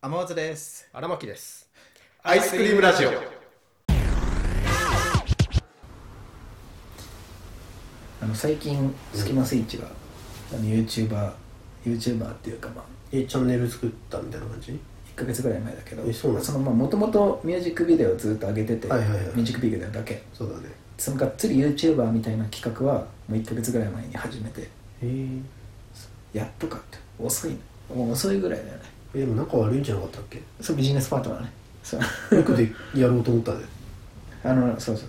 天松です荒牧ですアイスクリームラジオあの最近スキマスイッチが、あの YouTuber YouTuber っていうかまあえチャンネル作ったみたいな感じ1ヶ月ぐらい前だけどえそうなののまあもともとミュージックビデオをずっと上げてて、はいはいはいミュージックビデオだけそうだねそのがっつり YouTuber みたいな企画はもう1ヶ月ぐらい前に始めてへーやっとかって遅いのもう遅いぐらいだよねえでも仲悪いんじゃなかったっけそうビジネスパートナーねそう 僕でやろうと思ったねあのそうそう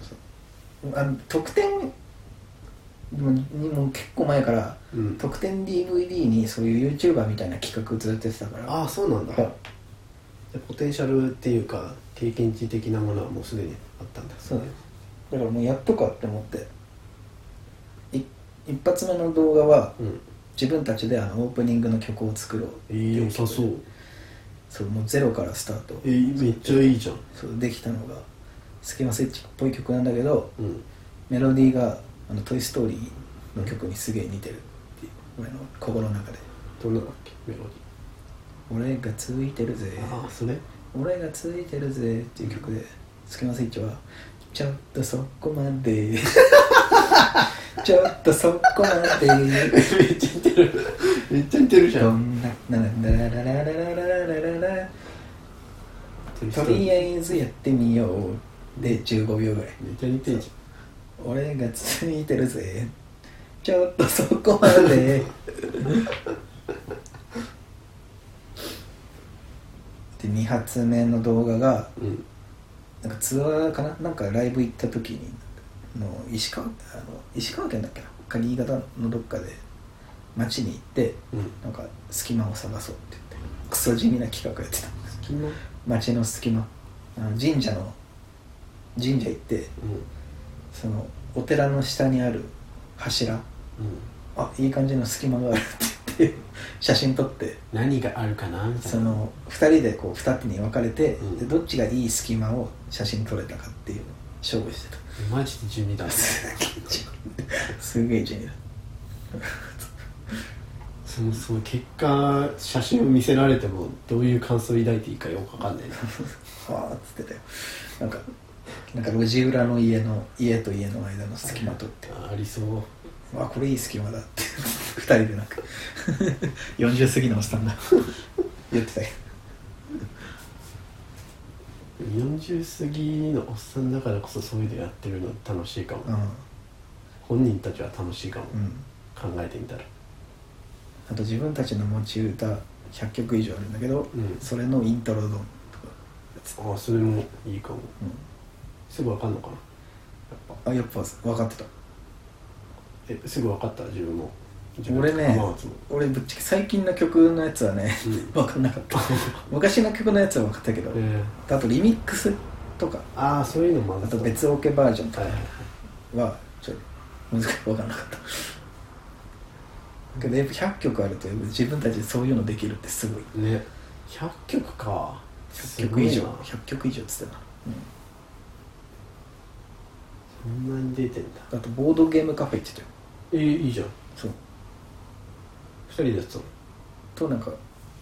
そうあの特典もにも結構前から、うん特典 DVD にそういう YouTuber みたいな企画ずっとやってたからああそうなんだはいでポテンシャルっていうか経験値的なものはもうすでにあったんだそうだからもうやっとかって思ってい一発目の動画はうん自分たちであのオープニングの曲を作ろうってえいー、う良さそうそうもうゼロからスタートえー、めっちゃいいじゃんそうできたのがスキマスイッチっぽい曲なんだけどうんメロディーが「あのトイ・ストーリー」の曲にすげえ似てるっていう俺の心の中でどんなのだっけメロデ「俺がついてるぜィーああそれ 俺がついてるぜ」っていう曲でスキマスイッチは「ちょっとそこまでちょっとそこまで」めっちゃ似てるめっちゃ似てるじどゃんんな、なんだ、ララララララララララとりあえずやってみよう。で、15秒ぐらい。めっちゃ似てるじ俺がついてるぜ。ちょっとそこまで。で、2発目の動画が、ゃんうんなんかツアーかななんかライブ行った時に、あの石川あの石川県だっけなか新潟のどっかで街に行って、うんなんか隙間を探そうって言ってクソ地味な企画やってた昨日うん街の隙間あの神社の神社行ってそのお寺の下にある柱うんあいい感じの隙間があるって言って写真撮って何があるかなみたいそなの2人でこう2手に分かれて、うんでどっちがいい隙間を写真撮れたかっていうのを勝負してたマジで地味だねすげえ地味だそのその結果写真を見せられてもどういう感想を抱いていいかよくわかんないなはあっつってたよなんかなんか路地裏の家の家と家の間の隙間撮ってあありそうあこれいい隙間だって二人でなんか40過ぎのおっさんが言ってたけ40過ぎのおっさんだからこそそういうのやってるの楽しいかも、どうん本人たちは楽しいかも、うん考えてみたらあと自分たちの持ち歌100曲以上あるんだけど、んそれのイントロドンとか、ああそれもいいかもう、すぐわかんのかなんあやっぱ分かってたえすぐわかった自分も自分俺ね浜 松も俺ぶっちゃけ最近の曲のやつはねうん 分かんなかった昔の曲のやつは分かったけど、えあとリミックスとかーああそういうのもあるあと別オケバージョンとはいはいかはちょっと難しく分かんなかったけどやっぱ100曲あるとやっぱ自分たちでそういうのできるってすごいはいね100曲か100曲以す上ごいな100曲以上っつってたな、そんなに出てんだうん、あとボードゲームカフェ行ってたよえー、いいじゃんそう2人でやってたのとなんか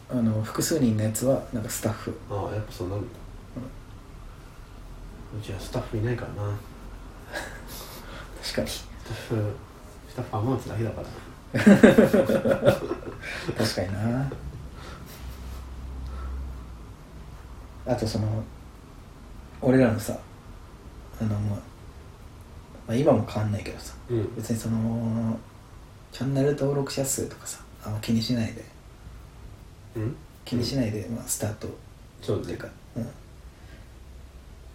あの複数人のやつはなんかスタッフああやっぱそうなるんだ、うちはスタッフいないからな確かにスタッフスタッフアマンツだけだから確かになあとその俺らのさあのまあ、まあ、今も変わんないけどさうん別にそのチャンネル登録者数とかさあんま気にしないでうん気にしないで、まあ、スタートそうっねていうかうんで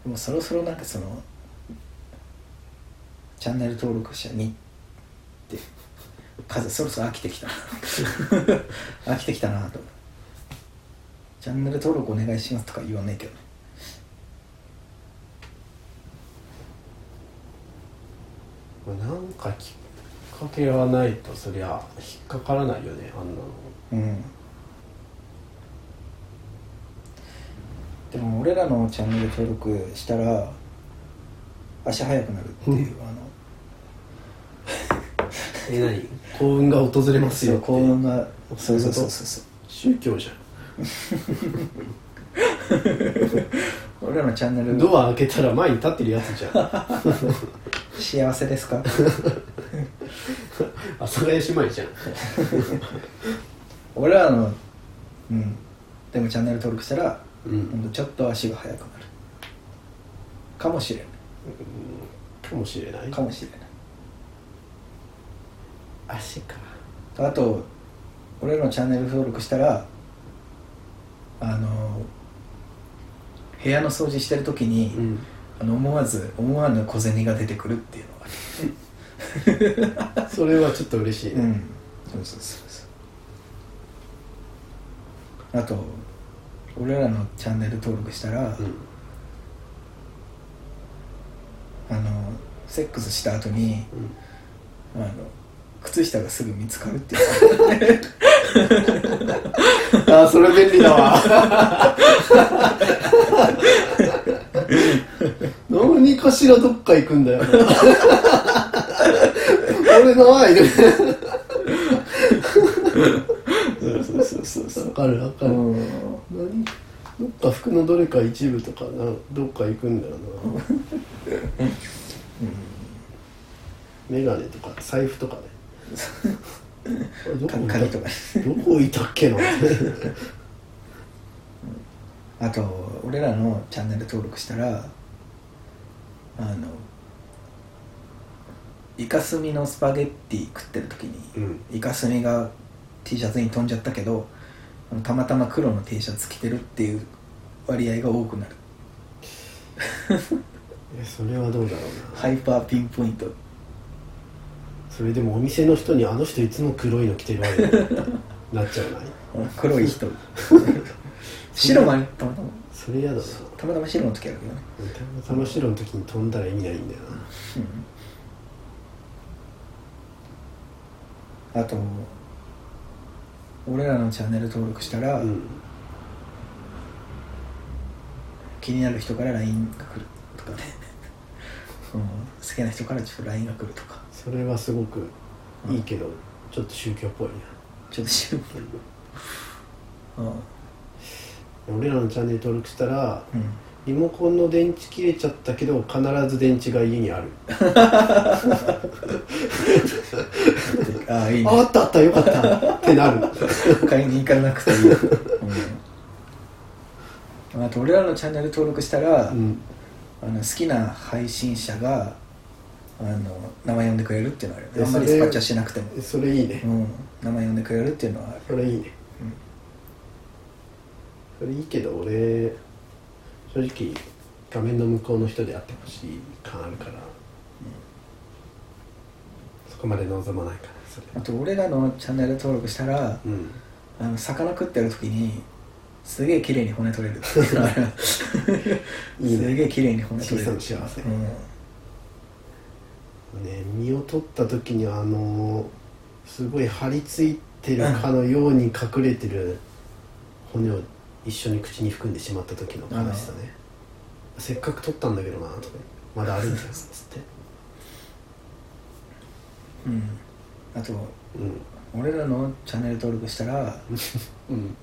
もそろそろなんかそのチャンネル登録者にって数そろそろ飽きて きたな飽きてきたなと思うチャンネル登録お願いしますとか言わないけどねまあなんかきっかけがないとそりゃ引っかからないよねあんなうのんでも俺らのチャンネル登録したら足早くなるっていう、あのえ何幸運が訪れますよって幸運がそういうことそうそう宗教じゃん俺らのチャンネルドア開けたら前に立ってるやつじゃ ん阿幸せですか 佐ヶ谷姉妹じゃん俺らのうんでもチャンネル登録したらうほんんとちょっと足が速くなるかもしれなかもしれないいかもしれない足かあと俺らのチャンネル登録したらあの部屋の掃除してる時に、うんあの思わず思わぬ小銭が出てくるっていうのがそれはちょっと嬉しいね、うんそうそうそうそうあと俺らのチャンネル登録したら、うんあのセックスした後にあの靴下がすぐ見つかるっていうああそれ便利だわ 何かしらどっか行くんだよな俺のアイドルそうそうそうそわかるわかる、うん何どっか服のどれか一部とかなどっか行くんだよな眼鏡とか財布 とかねあれどこ置いた鍵とかどこ置いたっ けなあと俺らのチャンネル登録したらあのイカスミのスパゲッティ食ってる時うに、んイカスミが T シャツに飛んじゃったけどあのたまたま黒の T シャツ着てるっていう割合が多くなるえそれはどうだろうなハイパーピンポイントそれでもお店の人に「あの人いつも黒いの着てるわよ」なっちゃうない黒い 人白もあるたまたまそれ嫌だなたまたま白の時あるけどねたましろの時に飛んだら意味ないんだよなあと俺らのチャンネル登録したら、うん気になる人から LINE が来るとかね、 うん、好きな人からちょっと LINE が来るとかそれはすごくいいけど、ちょっと宗教っぽいちょっと知る、うんな俺らのチャンネル登録したらうん、リモコンの電池切れちゃったけど必ず電池が家にあるああいいああねったあったよかったってなる買いに行かなくていい、うん、あと俺らのチャンネル登録したら、うんあの好きな配信者があの名前呼んでくれるっていうのはあるえよあんまりそスれパチャしなくても、それいいねうん、名前呼んでくれるっていうのはあるそれいいね、うんそれいいけど俺正直画面の向こうの人であってほしい感あるから、そこまで望まないからそれあと俺らのチャンネル登録したらうんあの魚食ってる時にすげえ綺麗に骨取れるっていうのがある いいねすげえ綺麗に骨小取れさるな幸せ、うんね身を取った時にあのすごい張り付いてるかのように隠れてる骨を一緒に口に含んでしまった時の悲しさねせっかく取ったんだけどなとかまだあるんだよつってうん、あとうん俺らのチャンネル登録したらうん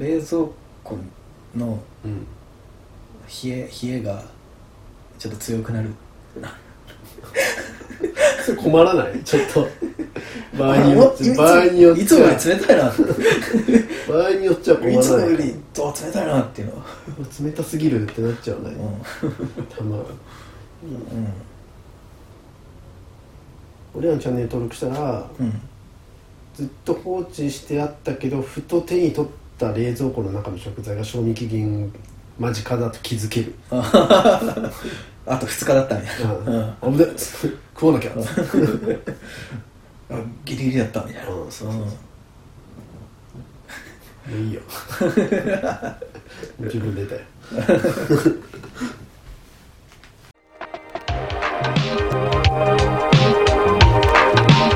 冷蔵庫のうん冷え冷えがちょっと強くなるそれ困らないちょっと場合あによっいてつ場合によっていつもより冷たいな場合によっちゃ困らないいつもよりどう冷たいなっていうの冷たすぎるってなっちゃうね、うたまんうん俺らのチャンネル登録したらうん ずっと放置してあったけどふと手に取った冷蔵庫の中の食材が賞味期限間近だと気づけるああと2日だったみたいな、あ危ない食わなきゃあギリギリだったみたいな、うんそうそう もういいよ自分で出たよ